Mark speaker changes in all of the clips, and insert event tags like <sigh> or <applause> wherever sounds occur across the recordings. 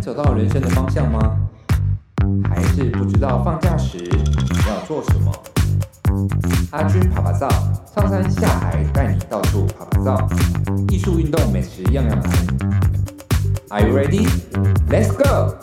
Speaker 1: 走到人生的方向吗？还是不知道放假时要做什么？阿军爬爬照，上山下海带你到处爬爬照，艺术、运动、美食样样来。Are you ready? Let's go!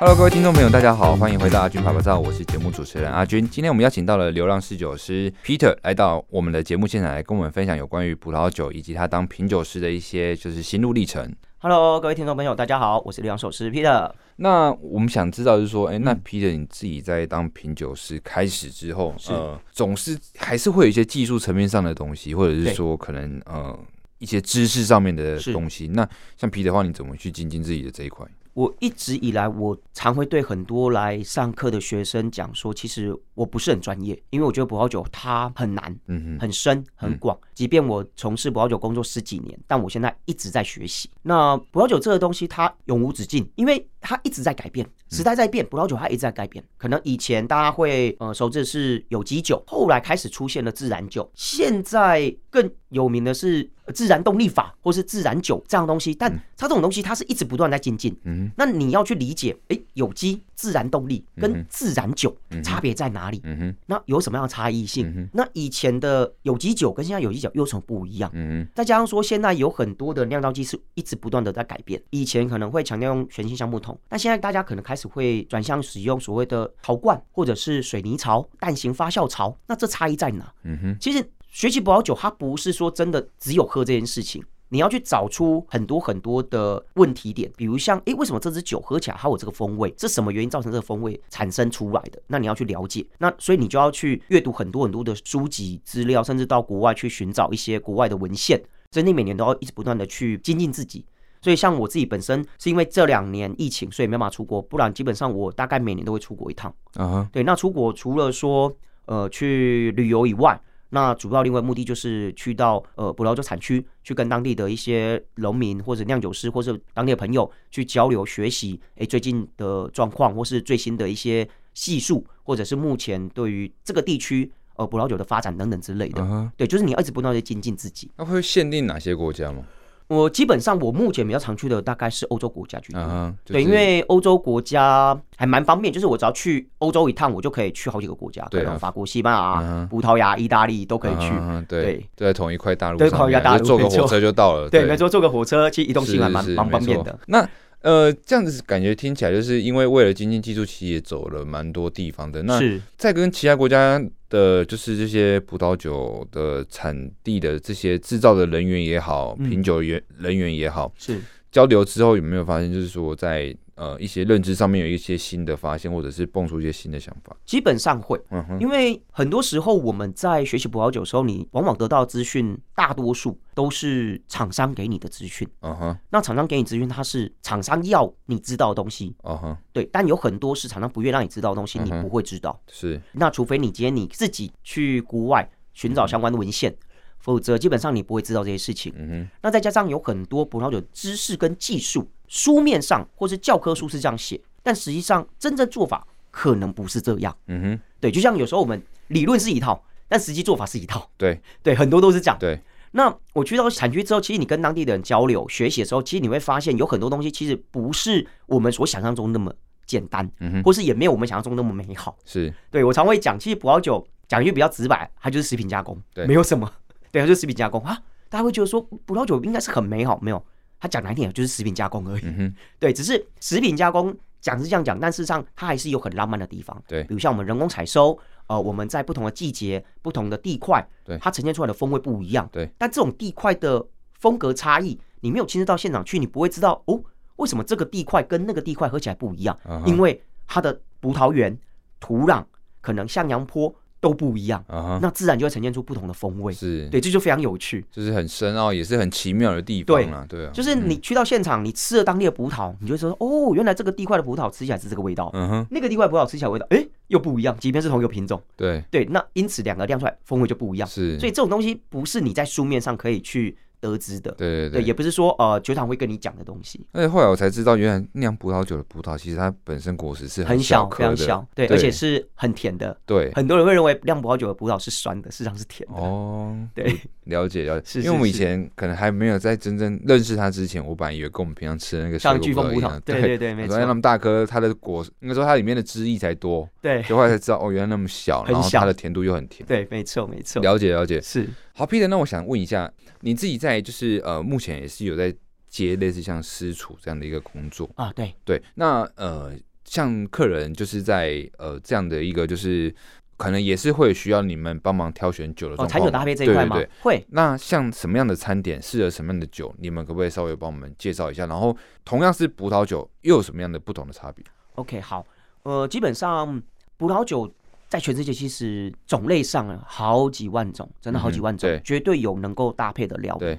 Speaker 1: Hello，各位听众朋友，大家好，欢迎回到阿军爬爬照，我是节目主持人阿军。今天我们邀请到了流浪侍酒师 Peter 来到我们的节目现场，来跟我们分享有关于葡萄酒以及他当品酒师的一些就是心路历程。
Speaker 2: Hello，各位听众朋友，大家好，我是刘洋寿司 Peter。
Speaker 1: 那我们想知道就是说，哎、
Speaker 2: 嗯
Speaker 1: 那 Peter 你自己在当品酒师开始之后，
Speaker 2: 是
Speaker 1: 呃，总是还是会有一些技术层面上的东西，或者是
Speaker 2: 对
Speaker 1: 说可能呃一些知识上面的
Speaker 2: 是
Speaker 1: 东西。那像 Peter 的话，你怎么去精进自己的这一块？
Speaker 2: 我一直以来，我常会对很多来上课的学生讲说，其实我不是很专业，因为我觉得葡萄酒它很难、
Speaker 1: 嗯哼，
Speaker 2: 很深、很广。即便我从事葡萄酒工作十几年，但我现在一直在学习。那葡萄酒这个东西，它永无止境，因为它一直在改变，
Speaker 1: 嗯
Speaker 2: 时代在变，葡萄酒它一直在改变。可能以前大家会呃熟知的是有机酒，后来开始出现了自然酒，现在更有名的是呃自然动力法或是自然酒这样的东西。但它这种东西，它是一直不断在精进。
Speaker 1: 嗯哼，
Speaker 2: 那你要去理解，诶，有机自然动力
Speaker 1: 嗯
Speaker 2: 跟
Speaker 1: 哼
Speaker 2: 自然酒
Speaker 1: 嗯哼
Speaker 2: 差别在哪里？
Speaker 1: 嗯哼，
Speaker 2: 那有什么样的差异
Speaker 1: 嗯
Speaker 2: 性？
Speaker 1: 哼
Speaker 2: 那以前的有机酒跟现在有机酒又有什么不一样？
Speaker 1: 嗯
Speaker 2: 再加上说，现在有很多的酿造技术一直不断的在改变。以前可能会强调用全新橡木桶，那现在大家可能开始会转向使用所谓的陶罐或者是水泥槽、蛋形发酵槽。那这差异在哪？
Speaker 1: 哼，嗯哼，
Speaker 2: 其实学习葡萄酒，它不是说真的只有喝这件事情，你要去找出很多很多的问题点，比如像诶，为什么这支酒喝起来它有这个风味？是什么原因造成这个风味产生出来的？那你要去了解，那所以你就要去阅读很多很多的书籍资料，甚至到国外去寻找一些国外的文献。所以你每年都要一直不断的去精进自己。所以像我自己本身是因为这两年疫情，所以没办法出国，不然基本上我大概每年都会出国一趟。
Speaker 1: 啊哈，
Speaker 2: 对，那出国除了说呃去旅游以外，那主要另外目的就是去到呃葡萄酒产区，去跟当地的一些农民或者酿酒师或者当地的朋友去交流学习，诶最近的状况或是最新的一些技术，或者是目前对于这个地区呃葡萄酒的发展等等之类的。
Speaker 1: 啊哈。
Speaker 2: 对，就是你要一直不断的精进自己。
Speaker 1: 那会限定哪些国家吗？
Speaker 2: 我基本上我目前比较常去的大概是欧洲国家居多。
Speaker 1: 啊哈，就
Speaker 2: 对，
Speaker 1: 是
Speaker 2: 因为欧洲国家还蛮方便，就是我只要去欧洲一趟，我就可以去好几个国家，
Speaker 1: 对啊
Speaker 2: 可能法国、西班牙、
Speaker 1: 嗯哼
Speaker 2: 葡萄牙、意大利都可以去。
Speaker 1: 啊对
Speaker 2: 对，
Speaker 1: 就在同一块大陆上
Speaker 2: 对
Speaker 1: 面，
Speaker 2: 同一块大陆
Speaker 1: 就坐个
Speaker 2: 没错
Speaker 1: 火车就到了。
Speaker 2: 对，没错，坐个火车其实移动性还蛮
Speaker 1: 是是
Speaker 2: 蛮方
Speaker 1: 没错
Speaker 2: 便的。
Speaker 1: 那呃，这样子感觉听起来就是因为为了精进技术，其实也走了蛮多地方的。那
Speaker 2: 是
Speaker 1: 在跟其他国家的，就是这些葡萄酒的产地的这些制造的人员也好，
Speaker 2: 嗯
Speaker 1: 品酒员人员也好，
Speaker 2: 是，
Speaker 1: 交流之后有没有发现，就是说在呃一些认知上面有一些新的发现，或者是蹦出一些新的想法？
Speaker 2: 基本上会，
Speaker 1: 嗯哼，
Speaker 2: 因为很多时候我们在学习葡萄酒的时候，你往往得到的资讯大多数都是厂商给你的资讯。
Speaker 1: 嗯哼，
Speaker 2: 那厂商给你资讯，它是厂商要你知道的东西，
Speaker 1: 嗯哼，
Speaker 2: 对，但有很多是厂商不愿让你知道的东西，你
Speaker 1: 嗯哼
Speaker 2: 不会知道。
Speaker 1: 是，
Speaker 2: 那除非你今天你自己去国外寻找相关的文献，否则基本上你不会知道这些事情。
Speaker 1: 嗯哼，
Speaker 2: 那再加上有很多葡萄酒知识跟技术，书面上或是教科书是这样写，但实际上真正做法可能不是这样。
Speaker 1: 嗯哼，
Speaker 2: 对，就像有时候我们理论是一套，但实际做法是一套。
Speaker 1: 对
Speaker 2: 对，很多都是这样。
Speaker 1: 对，
Speaker 2: 那我去到产区之后，其实你跟当地的人交流、学习的时候，其实你会发现有很多东西其实不是我们所想象中那么简单，
Speaker 1: 嗯哼
Speaker 2: 或是也没有我们想象中那么美好。
Speaker 1: 是，
Speaker 2: 对我常会讲，其实葡萄酒讲一句比较直白，它就是食品加工，
Speaker 1: 对
Speaker 2: 没有什么， <laughs> 对，它就是食品加工啊。大家会觉得说葡萄酒应该是很美好，没有，它讲难听点就是食品加工而已。
Speaker 1: 嗯哼，
Speaker 2: 对，只是食品加工讲是这样讲，但事实上它还是有很浪漫的地方。
Speaker 1: 对
Speaker 2: 比如像我们人工采收，呃，我们在不同的季节、不同的地块，
Speaker 1: 对
Speaker 2: 它呈现出来的风味不一样。
Speaker 1: 对，
Speaker 2: 但这种地块的风格差异，你没有亲自到现场去，你不会知道哦，为什么这个地块跟那个地块喝起来不一样？
Speaker 1: 嗯哼
Speaker 2: 因为它的葡萄园、土壤、可能向阳坡都不一样，
Speaker 1: 啊哈，
Speaker 2: 那自然就会呈现出不同的风味。
Speaker 1: 是，
Speaker 2: 对，这就非常有趣。
Speaker 1: 就是很深奥，也是很奇妙的地方啦，对啊，
Speaker 2: 就是你去到现场，你吃了当地的葡萄，你就会说哦，原来这个地块的葡萄吃起来是这个味道，
Speaker 1: 嗯哼，
Speaker 2: 那个地块葡萄吃起来味道，诶，又不一样。即便是同一个品种，
Speaker 1: 对，
Speaker 2: 对，那因此两个酿出来风味就不一样。
Speaker 1: 是，
Speaker 2: 所以这种东西不是你在书面上可以去得知的。
Speaker 1: 对
Speaker 2: 对，
Speaker 1: 对
Speaker 2: 也不是说呃酒厂会跟你讲的东西，
Speaker 1: 而且后来我才知道，原来酿葡萄酒的葡萄其实它本身果实是
Speaker 2: 很
Speaker 1: 小
Speaker 2: 小非
Speaker 1: 颗
Speaker 2: 常
Speaker 1: 的，
Speaker 2: 小，对，
Speaker 1: 对
Speaker 2: 而且是很甜的。
Speaker 1: 对。
Speaker 2: 很多人会认为酿葡萄酒的葡萄是酸的，事实上是甜的。
Speaker 1: 哦，
Speaker 2: 对，
Speaker 1: 了解了解，
Speaker 2: 是
Speaker 1: 因为我们
Speaker 2: 是
Speaker 1: 以
Speaker 2: 是
Speaker 1: 前可能还没有在真正认识它之前，我本来以为跟我们平常吃的那个
Speaker 2: 像
Speaker 1: 水
Speaker 2: 飓
Speaker 1: 果
Speaker 2: 风
Speaker 1: 一
Speaker 2: 葡
Speaker 1: 样
Speaker 2: 萄，，
Speaker 1: 对
Speaker 2: 啊对对对，没
Speaker 1: 我
Speaker 2: 错
Speaker 1: 说哎，那么大颗，它的果应该说它里面的汁液才多，
Speaker 2: 对
Speaker 1: 就后来才知道哦，原来那么小，
Speaker 2: 很
Speaker 1: 然后它
Speaker 2: 小
Speaker 1: 的甜度又很甜。
Speaker 2: 对，没错没错，
Speaker 1: 了解了解，
Speaker 2: 是
Speaker 1: 好，Peter，那我想问一下，你自己在就是呃，目前也是有在接类似像私厨这样的一个工作，
Speaker 2: 啊，对，
Speaker 1: 对，那呃，像客人就是在呃这样的一个就是可能也是会需要你们帮忙挑选酒的
Speaker 2: 哦，
Speaker 1: 状
Speaker 2: 餐
Speaker 1: 况
Speaker 2: 酒
Speaker 1: 嘛，
Speaker 2: 搭配这一
Speaker 1: 对
Speaker 2: 块
Speaker 1: 对
Speaker 2: 吗
Speaker 1: 对？
Speaker 2: 会，
Speaker 1: 那像什么样的餐点适合什么样的酒，你们可不可以稍微帮我们介绍一下？然后同样是葡萄酒，又有什么样的不同的差别？
Speaker 2: OK，好，呃，基本上葡萄酒在全世界其实种类上啊，好几万种，真的好
Speaker 1: 嗯
Speaker 2: 几
Speaker 1: 哼
Speaker 2: 万种，
Speaker 1: 对
Speaker 2: 绝对有能够搭配得了。
Speaker 1: 对，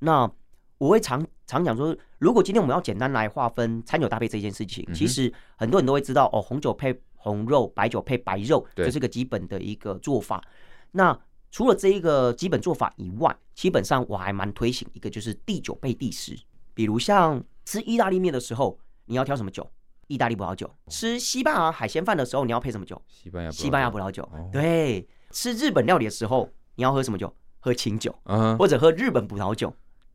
Speaker 2: 那我会常常讲说，如果今天我们要简单来划分餐酒搭配这件事情，
Speaker 1: 嗯
Speaker 2: 其
Speaker 1: 哼
Speaker 2: 实很多人都会知道哦，红酒配红肉，白酒配白肉，
Speaker 1: 对
Speaker 2: 这是个基本的一个做法。那除了这一个基本做法以外，基本上我还蛮推行一个就是第酒配第十，比如像吃意大利面的时候，你要挑什么酒？意大利葡萄酒。吃西班牙海鲜饭的时候，你要配什么酒？
Speaker 1: 西班牙啊葡萄酒，
Speaker 2: 西班牙葡萄酒
Speaker 1: 哦。
Speaker 2: 对，吃日本料理的时候，你要喝什么酒？喝清酒，
Speaker 1: 嗯哼，
Speaker 2: 或者喝日本葡萄酒。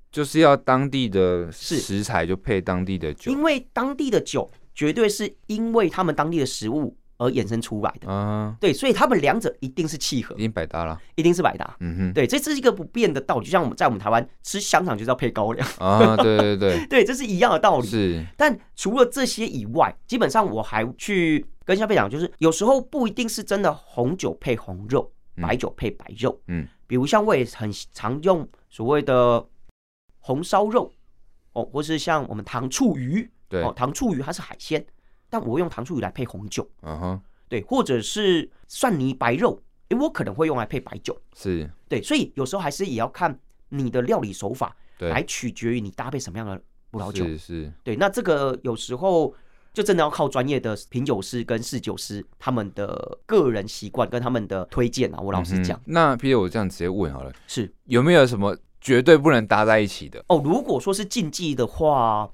Speaker 1: 就是要当地的
Speaker 2: 是
Speaker 1: 食材就配当地的酒，
Speaker 2: 因为当地的酒绝对是因为他们当地的食物而衍生出来的，
Speaker 1: 嗯哼，
Speaker 2: 对，所以他们两者一定是契合
Speaker 1: 已，经百搭了，
Speaker 2: 一定是百搭。
Speaker 1: 嗯哼，
Speaker 2: 对，这这是一个不变的道理，就像我们在我们台湾吃香肠就是要配高粱， <laughs>
Speaker 1: 啊，对对对
Speaker 2: 对，这是一样的 <laughs> 道
Speaker 1: 对，
Speaker 2: 理。
Speaker 1: 是，
Speaker 2: 但除了这些以外，基本上我还去跟消费者讲，就是有时候不一定是真的红酒配红肉，
Speaker 1: 嗯
Speaker 2: 白酒配白肉。
Speaker 1: 嗯，
Speaker 2: 比如像我也很常用所谓的红烧肉，哦，或是像我们糖醋鱼，
Speaker 1: 对
Speaker 2: 哦，，糖醋鱼它是海鲜，但我会用糖醋鱼来配红酒，
Speaker 1: 嗯哼，
Speaker 2: 对，或者是蒜泥白肉，诶，我可能会用来配白酒，
Speaker 1: 是，
Speaker 2: 对，所以有时候还是也要看你的料理手法，
Speaker 1: 对
Speaker 2: 来取决于你搭配什么样的葡萄酒，
Speaker 1: 是是，
Speaker 2: 对，那这个有时候就真的要靠专业的品酒师跟侍酒师他们的个人习惯跟他们的推荐啊，我老实
Speaker 1: 嗯哼
Speaker 2: 讲、
Speaker 1: 那 Peter，我这样直接问好了，
Speaker 2: 是
Speaker 1: 有没有什么绝对不能搭在一起的？
Speaker 2: 哦，如果说是禁忌的话，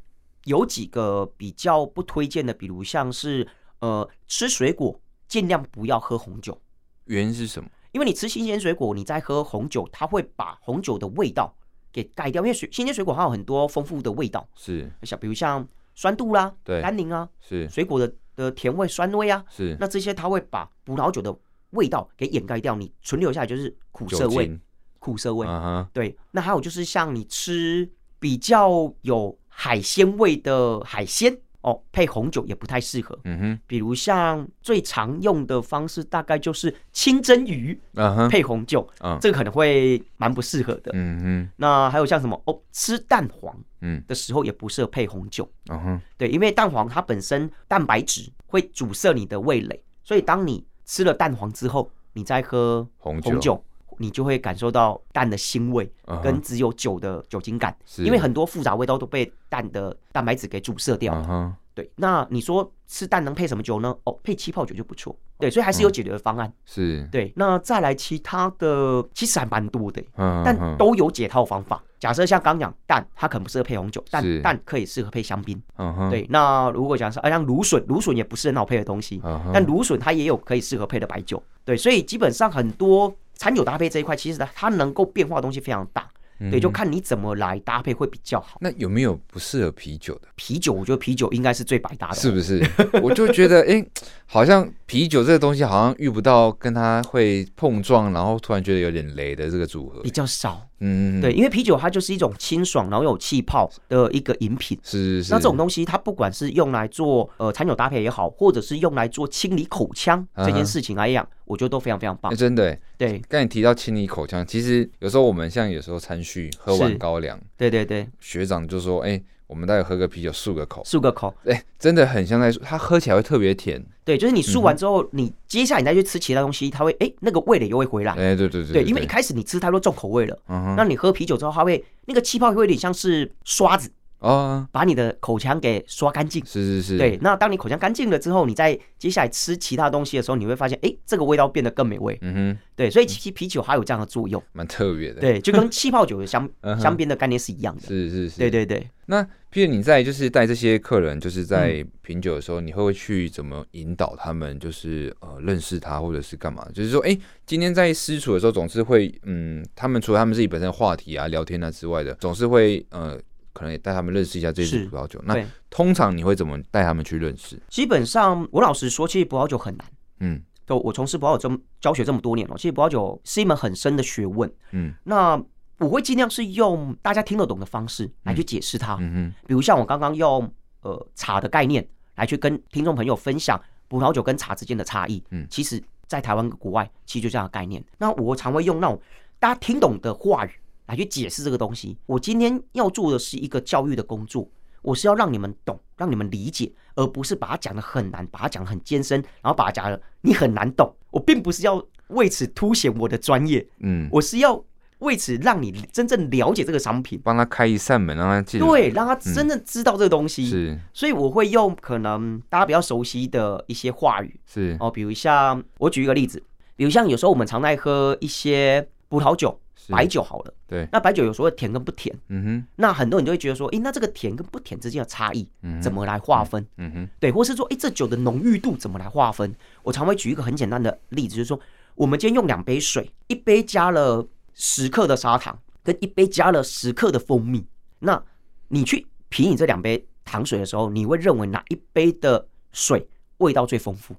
Speaker 2: 有几个比较不推荐的，比如像是呃吃水果尽量不要喝红酒，
Speaker 1: 原因是什么？
Speaker 2: 因为你吃新鲜水果，你再喝红酒，它会把红酒的味道给盖掉，因为水新鲜水果它有很多丰富的味道，
Speaker 1: 是
Speaker 2: 像比如像酸度啦、
Speaker 1: 对
Speaker 2: 甘宁啊、
Speaker 1: 是
Speaker 2: 水果的的甜味、酸味啊，
Speaker 1: 是，
Speaker 2: 那这些它会把葡萄酒的味道给掩盖掉，你存留下来就是苦
Speaker 1: 酒
Speaker 2: 涩味，
Speaker 1: 精，
Speaker 2: 苦涩味。
Speaker 1: 嗯哼，
Speaker 2: 对，那还有就是像你吃比较有海鲜味的海鲜哦，配红酒也不太适合。
Speaker 1: 嗯哼，
Speaker 2: 比如像最常用的方式，大概就是清蒸鱼
Speaker 1: 嗯哼，
Speaker 2: 配红酒，
Speaker 1: 嗯
Speaker 2: 这个可能会蛮不适合的。
Speaker 1: 嗯哼，
Speaker 2: 那还有像什么哦，吃蛋黄
Speaker 1: 嗯
Speaker 2: 的时候也不适合配红酒，
Speaker 1: 嗯哼，
Speaker 2: 对，因为蛋黄它本身蛋白质会阻塞你的味蕾，所以当你吃了蛋黄之后，你再喝
Speaker 1: 红酒
Speaker 2: 红酒，你就会感受到蛋的腥味
Speaker 1: 嗯哼
Speaker 2: 跟只有酒的酒精感，
Speaker 1: 是啊
Speaker 2: 因为很多复杂味道都被蛋的蛋白质给阻塞掉。
Speaker 1: 嗯哼，
Speaker 2: 对，那你说吃蛋能配什么酒呢？哦，配气泡酒就不错。对，所以还
Speaker 1: 啊
Speaker 2: 是有解决的方案。
Speaker 1: 是，
Speaker 2: 对，那再来其他的其实还蛮多的，欸
Speaker 1: 嗯
Speaker 2: 但
Speaker 1: 哼
Speaker 2: 都有解套方法。假设像刚讲蛋，它可能不适合配红酒，但
Speaker 1: 是
Speaker 2: 蛋可以适合配香槟。
Speaker 1: 嗯哼，
Speaker 2: 对，那如果讲是啊，像芦笋，芦笋也不是很好配的东西，
Speaker 1: 嗯哼，
Speaker 2: 但芦笋它也有可以适合配的白酒。对，所以基本上很多餐酒搭配这一块，其实它它能够变化的东西非常大。对，就
Speaker 1: 嗯哼
Speaker 2: 看你怎么来搭配会比较好。
Speaker 1: 那有没有不适合啤酒的？
Speaker 2: 啤酒，我觉得啤酒应该是最百搭的。
Speaker 1: 是不是？我就觉得，哎、好像啤酒这个东西，好像遇不到跟它会碰撞，然后突然觉得有点雷的这个组合
Speaker 2: 比。较少。
Speaker 1: 嗯，
Speaker 2: 对，，因为啤酒它就是一种清爽然后有气泡的一个饮品。
Speaker 1: 是是是。
Speaker 2: 那这种东西，它不管是用来做呃餐酒搭配也好，或者是用来做清理口腔
Speaker 1: 嗯哼
Speaker 2: 这件事情来讲，我觉得都非常非常棒
Speaker 1: 哎、。真的、欸，
Speaker 2: 对，
Speaker 1: 刚才你提到清理口腔，其实有时候我们像有时候餐叙喝完
Speaker 2: 是
Speaker 1: 高粱，
Speaker 2: 对对对，
Speaker 1: 学长就说，哎、我们待会喝个啤酒漱个口，
Speaker 2: 漱个口，
Speaker 1: 哎、真的很像在漱，它喝起来会特别甜。
Speaker 2: 对，就是你漱完之后，你接下来你再去吃其他东西，它会哎、那个味蕾又会回来。
Speaker 1: 哎、对对对
Speaker 2: 啊对，因为一开始你吃太多重口味了，
Speaker 1: 嗯哼，
Speaker 2: 那你喝啤酒之后，它会那个气泡会有点像是刷子，
Speaker 1: 啊，
Speaker 2: 把你的口腔给刷干净。
Speaker 1: 是是是，
Speaker 2: 对，，那当你口腔干净了之后，你在接下来吃其他东西的时候，你会发现，哎，这个味道变得更美味。
Speaker 1: 嗯哼，
Speaker 2: 对，所以其实啤酒它有这样
Speaker 1: <laughs>
Speaker 2: 的作用，
Speaker 1: 蛮特别的，，
Speaker 2: 对，就跟气泡酒的相
Speaker 1: 嗯哼
Speaker 2: 相边的概念是一样的。
Speaker 1: 是是是，
Speaker 2: 对。对对，
Speaker 1: 那譬如你在就是带这些客人，就是
Speaker 2: 嗯
Speaker 1: 在品酒的时候，你会去怎么引导他们，就是呃认识他，或者是干嘛？就是说，哎、今天在私处的时候，总是会嗯，他们除了他们自己本身的话题啊、聊天啊之外的，总是会呃，可能也带他们认识一下这支
Speaker 2: 是
Speaker 1: 葡萄酒。那
Speaker 2: 对
Speaker 1: 通常你会怎么带他们去认识？
Speaker 2: 基本上我老实说，其实葡萄酒很难。
Speaker 1: 嗯
Speaker 2: 就我从事葡萄酒这么教学这么多年了，其实葡萄酒是一门很深的学问。
Speaker 1: 嗯
Speaker 2: 那我会尽量是用大家听得懂的方式来去解释它。
Speaker 1: 嗯
Speaker 2: 比如像我刚刚用呃茶的概念来去跟听众朋友分享葡萄酒跟茶之间的差异。
Speaker 1: 嗯
Speaker 2: 其实，在台湾跟国外其实就这样的概念。那我常会用那种大家听懂的话语来去解释这个东西。我今天要做的是一个教育的工作，我是要让你们懂，让你们理解，而不是把它讲的很难，把它讲的很艰深，然后把它讲的你很难懂。我并不是要为此凸显我的专业，
Speaker 1: 哼嗯，
Speaker 2: 我是要为此让你真正了解这个商品。
Speaker 1: 帮他开一扇门，让他进来。
Speaker 2: 对，让他真正知道这个东西。
Speaker 1: 是
Speaker 2: 所以我会用可能大家比较熟悉的一些话语
Speaker 1: 是
Speaker 2: 哦，比如像我举一个例子，比如像有时候我们常在喝一些葡萄酒、
Speaker 1: 是
Speaker 2: 白酒好了，
Speaker 1: 对，
Speaker 2: 那白酒有时候甜跟不甜，
Speaker 1: 嗯哼
Speaker 2: 那很多人就会觉得说，诶，那这个甜跟不甜之间的差异
Speaker 1: 嗯哼
Speaker 2: 怎么来划分？
Speaker 1: 嗯哼
Speaker 2: 对，或是说，诶，这酒的浓郁度怎么来划分？我常会举一个很简单的例子，就是说，我们今天用两杯水，一杯加了十克的砂糖，跟一杯加了十克的蜂蜜。那你去品饮这两杯糖水的时候，你会认为哪一杯的水味道最丰富？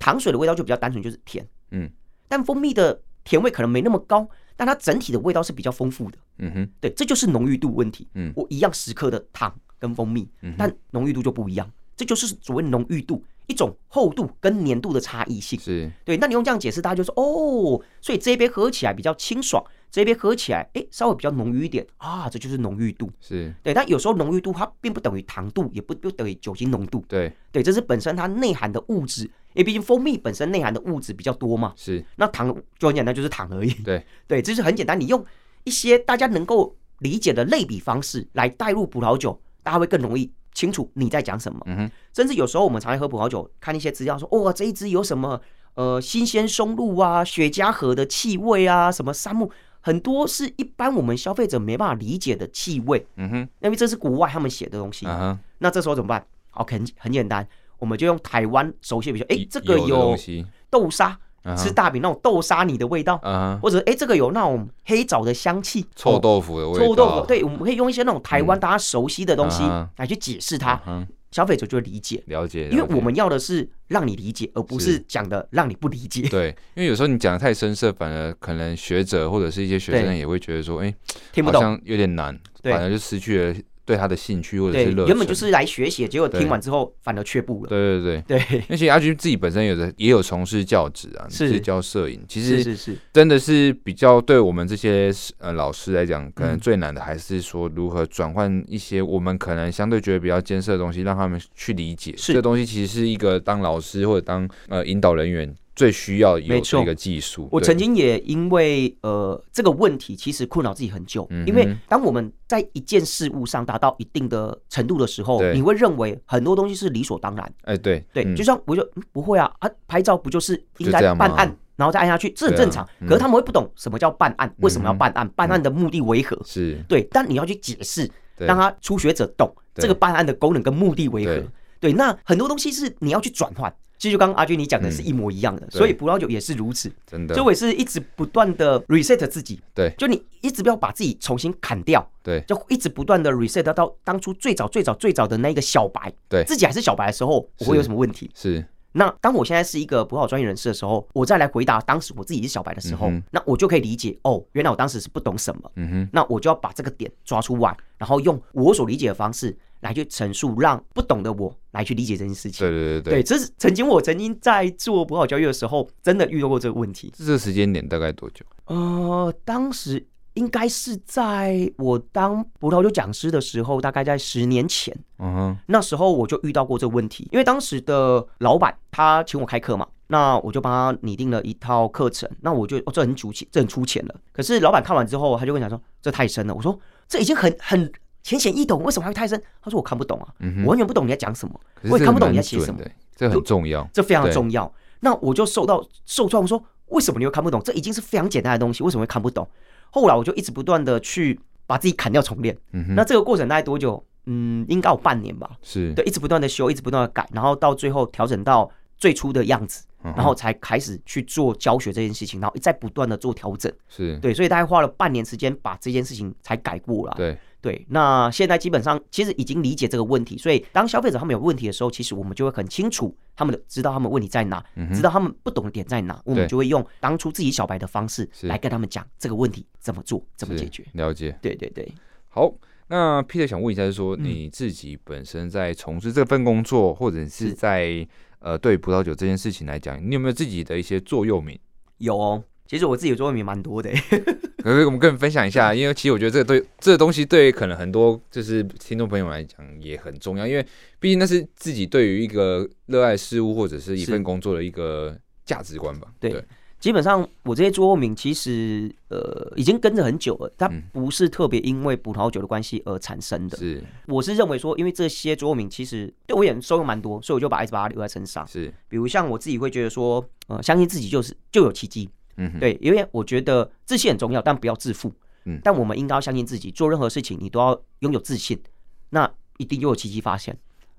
Speaker 2: 糖水的味道就比较单纯，就是甜，
Speaker 1: 嗯，
Speaker 2: 但蜂蜜的甜味可能没那么高，但它整体的味道是比较丰富的。
Speaker 1: 嗯哼
Speaker 2: 对，这就是浓郁度问题。
Speaker 1: 嗯
Speaker 2: 我一样十克的糖跟蜂蜜，
Speaker 1: 嗯哼
Speaker 2: 但浓郁度就不一样，这就是所谓浓郁度一种厚度跟粘度的差异性。
Speaker 1: 是
Speaker 2: 对，那你用这样解释，大家就说哦，所以这一杯喝起来比较清爽，这一杯喝起来诶稍微比较浓郁一点啊，这就是浓郁度。
Speaker 1: 是，
Speaker 2: 对，但有时候浓郁度它并不等于糖度，也不不等于酒精浓度。
Speaker 1: 对
Speaker 2: 对，这是本身它内涵的物质，因为毕竟蜂蜜本身内涵的物质比较多嘛。
Speaker 1: 是
Speaker 2: 那糖就很简单，就是糖而已。
Speaker 1: 对
Speaker 2: 对，这是很简单，你用一些大家能够理解的类比方式来带入葡萄酒，大家会更容易清楚你在讲什么。
Speaker 1: 嗯哼
Speaker 2: 甚至有时候我们常常喝葡萄酒，看一些资料说，哦，这一支有什么呃新鲜松露啊、雪茄盒的气味啊，什么杉木，很多是一般我们消费者没办法理解的气味，
Speaker 1: 嗯哼
Speaker 2: 因为这是国外他们写的东西。
Speaker 1: 啊哈。
Speaker 2: 那这时候怎么办？好，很很简单，我们就用台湾熟悉的，比如说，哎
Speaker 1: 已，
Speaker 2: 这个
Speaker 1: 有的东
Speaker 2: 有
Speaker 1: 西
Speaker 2: 豆沙，
Speaker 1: 啊哈
Speaker 2: 吃大饼那种豆沙泥的味道。
Speaker 1: 啊哈，
Speaker 2: 或者哎、诶这个有那种黑枣的香气，
Speaker 1: 臭
Speaker 2: 哦、
Speaker 1: 豆腐的味道，嗯
Speaker 2: 臭豆腐，对，我们可以用一些那种台湾大家熟悉的东西
Speaker 1: 啊哈
Speaker 2: 来去解释
Speaker 1: 啊
Speaker 2: 它，
Speaker 1: 哈，
Speaker 2: 消费者就会理解，
Speaker 1: 了解，
Speaker 2: 因为
Speaker 1: 了解
Speaker 2: 我们要的是让你理解，而不
Speaker 1: 是
Speaker 2: 是讲的让你不理解。
Speaker 1: 对，因为有时候你讲的太深色，反而可能学者或者是一些学生
Speaker 2: 对
Speaker 1: 也会觉得说，哎，
Speaker 2: <laughs> 听不
Speaker 1: 好
Speaker 2: 懂，
Speaker 1: 像有点难，
Speaker 2: 对
Speaker 1: 反而就失去了对他的兴趣或者
Speaker 2: 对，
Speaker 1: 是热忱，
Speaker 2: 原本就是来学习，结果
Speaker 1: 对
Speaker 2: 听完之后反而却步了。
Speaker 1: 对对对。
Speaker 2: 对，
Speaker 1: 而且阿军自己本身有的也有从事教职啊，你
Speaker 2: 是
Speaker 1: 自己教摄影，其
Speaker 2: 是
Speaker 1: 实
Speaker 2: 是是，
Speaker 1: 真的是比较对我们这些呃老师来讲，可能
Speaker 2: 嗯
Speaker 1: 最难的还是说如何转换一些我们可能相对觉得比较艰涩的东西，让他们去理解。
Speaker 2: 是
Speaker 1: 这东西其实是一个当老师或者当呃引导人员最需要有
Speaker 2: 没错
Speaker 1: 的一个技术。
Speaker 2: 我
Speaker 1: 对
Speaker 2: 曾经也因为呃这个问题，其实困扰自己很久。
Speaker 1: 嗯哼
Speaker 2: 因为当我们在一件事物上达到一定的程度的时候，
Speaker 1: 对
Speaker 2: 你会认为很多东西是理所当然。
Speaker 1: 哎对
Speaker 2: 对，
Speaker 1: 嗯
Speaker 2: 就像我就、嗯不会啊啊，拍照不就是应
Speaker 1: 就这
Speaker 2: 该
Speaker 1: 样吗
Speaker 2: 办案，然后再按下去，这很
Speaker 1: 对啊
Speaker 2: 正常。
Speaker 1: 嗯
Speaker 2: 可是他们会不懂什么叫办案，为什么要办案，办案的目的为何？
Speaker 1: 是
Speaker 2: 对，但你要去解释，
Speaker 1: 对
Speaker 2: 让他初学者懂
Speaker 1: 对
Speaker 2: 这个办案的功能跟目的为何
Speaker 1: 对。
Speaker 2: 对，那很多东西是你要去转换。其实就刚刚阿军你讲的
Speaker 1: 嗯
Speaker 2: 是一模一样的，所以葡萄酒也是如此。
Speaker 1: 真的
Speaker 2: 所以，我也是一直不断的 reset 自己，
Speaker 1: 对
Speaker 2: 就你一直不要把自己重新砍掉，
Speaker 1: 对
Speaker 2: 就一直不断的 reset 到当初最早最早最早的那个小白，
Speaker 1: 对
Speaker 2: 自己还是小白的时候，我
Speaker 1: 是
Speaker 2: 会有什么问题？
Speaker 1: 是
Speaker 2: 那当我现在是一个葡萄专业人士的时候，我再来回答当时我自己是小白的时候，
Speaker 1: 嗯哼
Speaker 2: 那我就可以理解哦，原来我当时是不懂什么，
Speaker 1: 嗯哼
Speaker 2: 那我就要把这个点抓出来，然后用我所理解的方式来去陈述，让不懂的我来去理解这件事情
Speaker 1: 对。对对对。
Speaker 2: 对，这是曾经我曾经在做葡萄交易的时候，真的遇到过这个问题。
Speaker 1: 这个时间点大概多久？
Speaker 2: 呃，当时应该是在我当葡萄酒讲师的时候，大概在十年前，
Speaker 1: 嗯哼，
Speaker 2: 那时候我就遇到过这个问题，因为当时的老板他请我开课嘛，那我就帮他拟定了一套课程，那我就、哦、这很粗浅，这很粗浅了。可是老板看完之后，他就跟我讲说这太深了。我说这已经很很浅显易懂，为什么还会太深？他说我看不懂啊，
Speaker 1: 嗯哼
Speaker 2: 我完全不懂你在讲什么，
Speaker 1: 可是
Speaker 2: 我也
Speaker 1: 这
Speaker 2: 看
Speaker 1: 个
Speaker 2: 不懂你
Speaker 1: 蛮
Speaker 2: 在写
Speaker 1: 准
Speaker 2: 什么
Speaker 1: 的，，这个很重要。
Speaker 2: 这非常
Speaker 1: 对
Speaker 2: 重要。那我就受到受创说，为什么你会看不懂？这已经是非常简单的东西，为什么会看不懂？后来我就一直不断的去把自己砍掉重练。
Speaker 1: 嗯哼，
Speaker 2: 那这个过程大概多久？嗯，应该有半年吧。
Speaker 1: 是
Speaker 2: 对，一直不断的修，一直不断的改，然后到最后调整到最初的样子，
Speaker 1: 嗯哼
Speaker 2: 然后才开始去做教学这件事情，然后再不断的做调整。
Speaker 1: 是，
Speaker 2: 对，所以大概花了半年时间把这件事情才改过了。
Speaker 1: 对，
Speaker 2: 对，那现在基本上其实已经理解这个问题，所以当消费者他们有问题的时候，其实我们就会很清楚他们的知道他们问题在哪，
Speaker 1: 嗯哼
Speaker 2: 知道他们不懂的点在哪，我们
Speaker 1: 对
Speaker 2: 就会用当初自己小白的方式
Speaker 1: 是
Speaker 2: 来跟他们讲这个问题怎么做，怎么
Speaker 1: 是
Speaker 2: 解决。
Speaker 1: 了解。
Speaker 2: 对对对，
Speaker 1: 好，那 Peter 想问一下，就是说
Speaker 2: 嗯
Speaker 1: 你自己本身在从事这份工作，或者是
Speaker 2: 是
Speaker 1: 在呃对葡萄酒这件事情来讲，你有没有自己的一些座右铭？ <laughs>
Speaker 2: 有哦。其实我自己做的也蛮多的，欸
Speaker 1: 可是我们跟你分享一下，因为其实我觉得这个对这个东西对可能很多就是听众朋友来讲也很重要，因为毕竟那是自己对于一个热爱事物或者是一份
Speaker 2: 是
Speaker 1: 工作的一个价值观吧。
Speaker 2: 对基本上我这些座右铭其实呃已经跟着很久了，它
Speaker 1: 嗯
Speaker 2: 不是特别因为葡萄酒的关系而产生的。
Speaker 1: 是
Speaker 2: 我是认为说，因为这些座右铭其实对我也收用蛮多，所以我就把一直把它留在身上。
Speaker 1: 是，
Speaker 2: 比如像我自己会觉得说，呃，相信自己就是就有奇迹，
Speaker 1: 嗯哼，
Speaker 2: 对，因为我觉得自信很重要，但不要自负，
Speaker 1: 嗯
Speaker 2: 但我们应该要相信自己，做任何事情你都要拥有自信，那一定就有奇迹发现，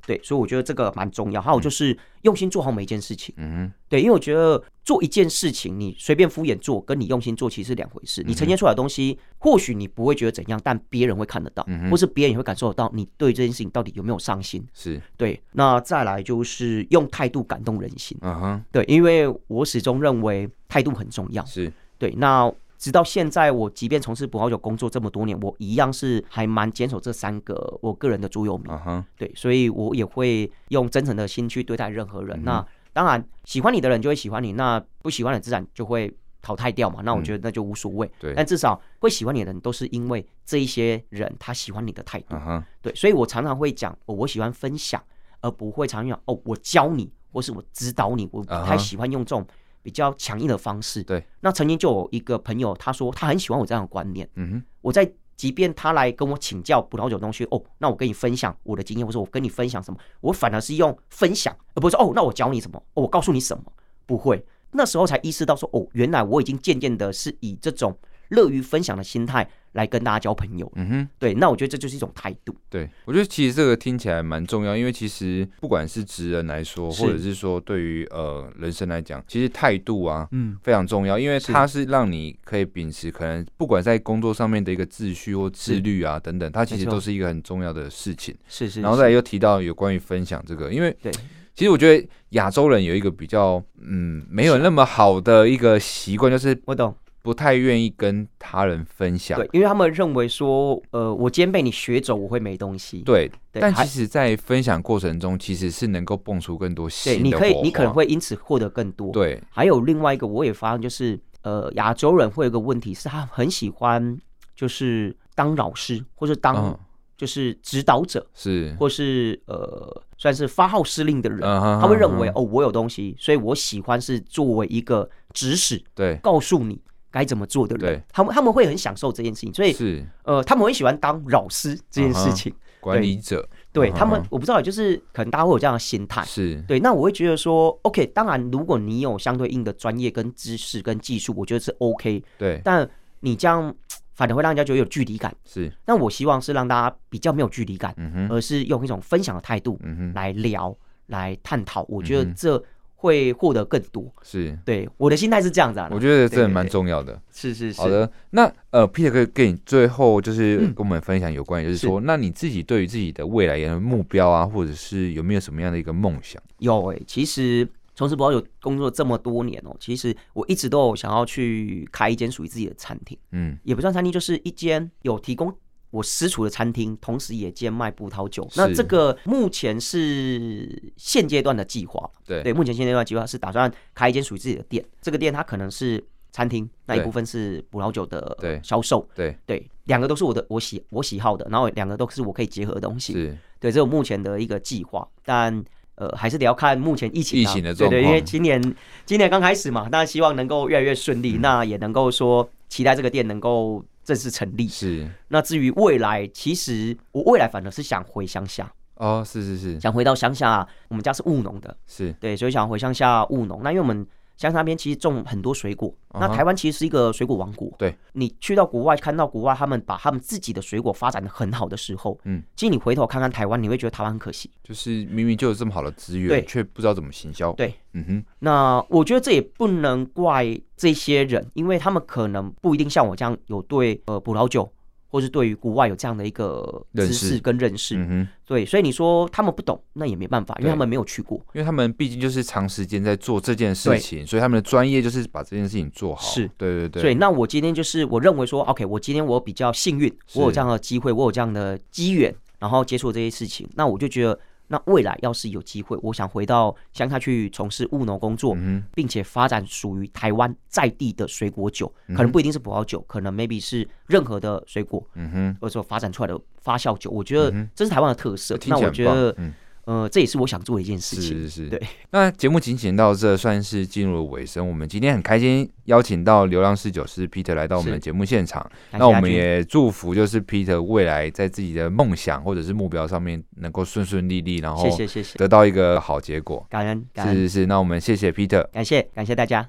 Speaker 2: 对，所以我觉得这个蛮重要。还有就是用心做好每一件事情，
Speaker 1: 嗯
Speaker 2: 对，因为我觉得做一件事情，你随便敷衍做，跟你用心做其实是两回事。
Speaker 1: 嗯
Speaker 2: 你呈现出来的东西，或许你不会觉得怎样，但别人会看得到，
Speaker 1: 嗯哼
Speaker 2: 或是别人也会感受得到你对这件事情到底有没有上心。
Speaker 1: 哼，是，
Speaker 2: 对，那再来就是用态度感动人心。
Speaker 1: 嗯哼，
Speaker 2: 对，因为我始终认为态度很重要。
Speaker 1: 是，
Speaker 2: 对，那直到现在，我即便从事葡萄酒工作这么多年，我一样是还蛮坚守这三个我个人的座右铭。
Speaker 1: 嗯哼，
Speaker 2: 对，所以我也会用真诚的心去对待任何
Speaker 1: 嗯
Speaker 2: 人。那当然，喜欢你的人就会喜欢你，那不喜欢的自然就会淘汰掉嘛。那我觉得那就无所谓。
Speaker 1: 嗯对
Speaker 2: 但至少会喜欢你的人都是因为这一些人他喜欢你的态度
Speaker 1: 嗯。哼，
Speaker 2: 对，所以我常常会讲，哦我喜欢分享，而不会常常讲哦，我教你，或是我指导你，我不
Speaker 1: 啊哈
Speaker 2: 太喜欢用这种比较强硬的方式。
Speaker 1: 对，
Speaker 2: 那曾经就有一个朋友，他说他很喜欢我这样的观念，
Speaker 1: 嗯哼，
Speaker 2: 我在。即便他来跟我请教葡萄酒的东西，哦，那我跟你分享我的经验，或者我跟你分享什么，我反而是用分享，而不是说哦，那我教你什么，哦，我告诉你什么，不会。那时候才意识到说，哦，原来我已经渐渐的是以这种乐于分享的心态来跟大家交朋友。
Speaker 1: 嗯哼。
Speaker 2: 对，那我觉得这就是一种态度。
Speaker 1: 对，我觉得其实这个听起来蛮重要，因为其实不管是职人来说，
Speaker 2: 是
Speaker 1: 或者是说对于呃人生来讲，其实态度啊
Speaker 2: 嗯，
Speaker 1: 非常重要，因为
Speaker 2: 是
Speaker 1: 它是让你可以秉持可能不管在工作上面的一个秩序或自律啊等等，它其实
Speaker 2: 没错
Speaker 1: 都是一个很重要的事情。
Speaker 2: 是是
Speaker 1: 然后再来又提到有关于分享这个，因为
Speaker 2: 对
Speaker 1: 其实我觉得亚洲人有一个比较嗯没有那么好的一个习惯，就是
Speaker 2: 我懂，
Speaker 1: 不太愿意跟他人分享
Speaker 2: 对。，因为他们认为说，呃，我今天被你学走，我会没东西。
Speaker 1: 对，
Speaker 2: 对
Speaker 1: 但
Speaker 2: 还
Speaker 1: 其实，在分享过程中，其实是能够蹦出更多
Speaker 2: 对，
Speaker 1: 新
Speaker 2: 你
Speaker 1: 的
Speaker 2: 可以
Speaker 1: 火，
Speaker 2: 你可能
Speaker 1: 花
Speaker 2: 会因此获得更多。，
Speaker 1: 对，
Speaker 2: 还有另外一个我也发现，就是呃，亚洲人会有一个问题，是他很喜欢就是当老师，或是当
Speaker 1: 嗯，
Speaker 2: 就是指导者，
Speaker 1: 是，
Speaker 2: 或是呃，算是发号施令的人，
Speaker 1: 嗯哼
Speaker 2: 他会认为
Speaker 1: 嗯
Speaker 2: 哦，我有东西，所以我喜欢是作为一个指使，
Speaker 1: 对，
Speaker 2: 告诉你该怎么做的人
Speaker 1: 对。
Speaker 2: 他们他们会很享受这件事情，所以
Speaker 1: 是
Speaker 2: 呃，他们很喜欢当老师这件
Speaker 1: 嗯
Speaker 2: 事
Speaker 1: 哼
Speaker 2: 情。
Speaker 1: 管理者，
Speaker 2: 对
Speaker 1: 嗯
Speaker 2: 他们
Speaker 1: 哼，
Speaker 2: 我不知道，就是可能大家会有这样的心态。
Speaker 1: 是，
Speaker 2: 对，那我会觉得说，OK，当然，如果你有相对应的专业跟知识跟技术，我觉得是 OK。
Speaker 1: 对，
Speaker 2: 但你这样反而会让人家觉得有距离感。
Speaker 1: 是，
Speaker 2: 那我希望是让大家比较没有距离感，
Speaker 1: 嗯哼，
Speaker 2: 而是用一种分享的态度
Speaker 1: 嗯哼，
Speaker 2: 来聊、来探讨。我觉
Speaker 1: 嗯
Speaker 2: 得
Speaker 1: 哼
Speaker 2: 这会获得更多。
Speaker 1: 是，
Speaker 2: 对，我的心态是这样子啊。
Speaker 1: 我觉得
Speaker 2: 对
Speaker 1: 这
Speaker 2: 对
Speaker 1: 蛮
Speaker 2: 对
Speaker 1: 重要的。
Speaker 2: 是是是。嗯
Speaker 1: 好的，那呃，Peter 可以跟你最后就是跟我们分享有关于，就是
Speaker 2: 是
Speaker 1: 说，那你自己对于自己的未来的目标啊，或者是有没有什么样的一个梦想？
Speaker 2: 有诶、其实从事葡萄酒工作这么多年哦、其实我一直都有想要去开一间属于自己的餐厅，
Speaker 1: 嗯，
Speaker 2: 也不算餐厅，就是一间有提供我私厨的餐厅，同时也兼卖葡萄酒。
Speaker 1: 是
Speaker 2: 那这个目前是现阶段的计划，
Speaker 1: 对，
Speaker 2: 对，目前现阶段的计划是打算开一间属于自己的店，这个店它可能是。餐厅那一
Speaker 1: 对
Speaker 2: 部分是葡萄酒
Speaker 1: 对
Speaker 2: 的销售，
Speaker 1: 对，
Speaker 2: 对，两个都是我的我喜我喜好的，然后两个都是我可以结合的东西。
Speaker 1: 是，
Speaker 2: 对，这是我目前的一个计划，但呃，还是得要看目前疫情、啊、
Speaker 1: 疫情的
Speaker 2: 对
Speaker 1: 状
Speaker 2: 对，因为
Speaker 1: 况
Speaker 2: 今年
Speaker 1: 嗯
Speaker 2: 今年刚开始嘛，那希望能够越来越顺利，那也能够说期待这个店能够正式成立。
Speaker 1: 是
Speaker 2: 那至于未来，其实我未来反而是想回乡下，
Speaker 1: 哦，是是是
Speaker 2: 想回到乡下。我们家是务农的，
Speaker 1: 是
Speaker 2: 对，所以想回乡下务农。那因为我们乡下那边其实种很多水果，
Speaker 1: 啊
Speaker 2: 那
Speaker 1: 哈
Speaker 2: 台湾其实是一个水果王国。
Speaker 1: 对，
Speaker 2: 你去到国外看到国外他们把他们自己的水果发展的很好的时候，
Speaker 1: 嗯
Speaker 2: 嗯，其实你回头看看台湾，你会觉得台湾很可惜。
Speaker 1: 就是明明就有这么好的资源，
Speaker 2: 对
Speaker 1: 却不知道怎么行销。
Speaker 2: 对，
Speaker 1: 嗯哼，
Speaker 2: 那我觉得这也不能怪这些人，因为他们可能不一定像我这样有对呃葡萄酒，或是对于国外有这样的一个
Speaker 1: 认
Speaker 2: 知
Speaker 1: 识
Speaker 2: 识跟认识。
Speaker 1: 嗯哼，
Speaker 2: 对，所以你说他们不懂，那也没办法，因为
Speaker 1: 对
Speaker 2: 他们没有去过。
Speaker 1: 因为他们毕竟就是长时间在做这件事
Speaker 2: 对
Speaker 1: 情，所以他们的专业就是把这件事情做好。
Speaker 2: 是
Speaker 1: 对对对，
Speaker 2: 所以，那我今天就是我认为说，OK，我今天我比较幸运，
Speaker 1: 是
Speaker 2: 我有这样的机会，我有这样的机缘，然后接触这些事情，那我就觉得，那未来要是有机会，我想回到乡下去从事务农工作，
Speaker 1: 嗯
Speaker 2: 并且发展属于台湾在地的水果酒，
Speaker 1: 嗯
Speaker 2: 可能不一定是葡萄酒，可能 maybe 是任何的水果，
Speaker 1: 哼，嗯哼，
Speaker 2: 或者说发展出来的发酵酒，我觉得
Speaker 1: 嗯哼
Speaker 2: 这是台湾的特色。
Speaker 1: 听
Speaker 2: 那
Speaker 1: 起来
Speaker 2: 我
Speaker 1: 很
Speaker 2: 觉
Speaker 1: 棒
Speaker 2: 得，
Speaker 1: 嗯
Speaker 2: 呃，这也是我想做的一件事
Speaker 1: 是
Speaker 2: 情。
Speaker 1: 是是，
Speaker 2: 对。
Speaker 1: 那节目进行到这，算是进入了尾声。我们今天很开心邀请到流浪侍酒师 Peter 来到我们的
Speaker 2: 是
Speaker 1: 节目现场。那
Speaker 2: 感谢
Speaker 1: 我
Speaker 2: 阿
Speaker 1: 们
Speaker 2: 军
Speaker 1: 也祝福，就是 Peter 未来在自己的梦想或者是目标上面能够顺顺利利，然后
Speaker 2: 谢谢谢谢，
Speaker 1: 得到一个好结果。
Speaker 2: 感恩感
Speaker 1: 哦是是
Speaker 2: 恩，
Speaker 1: 是，那我们谢谢 Peter。
Speaker 2: 感谢感谢大家。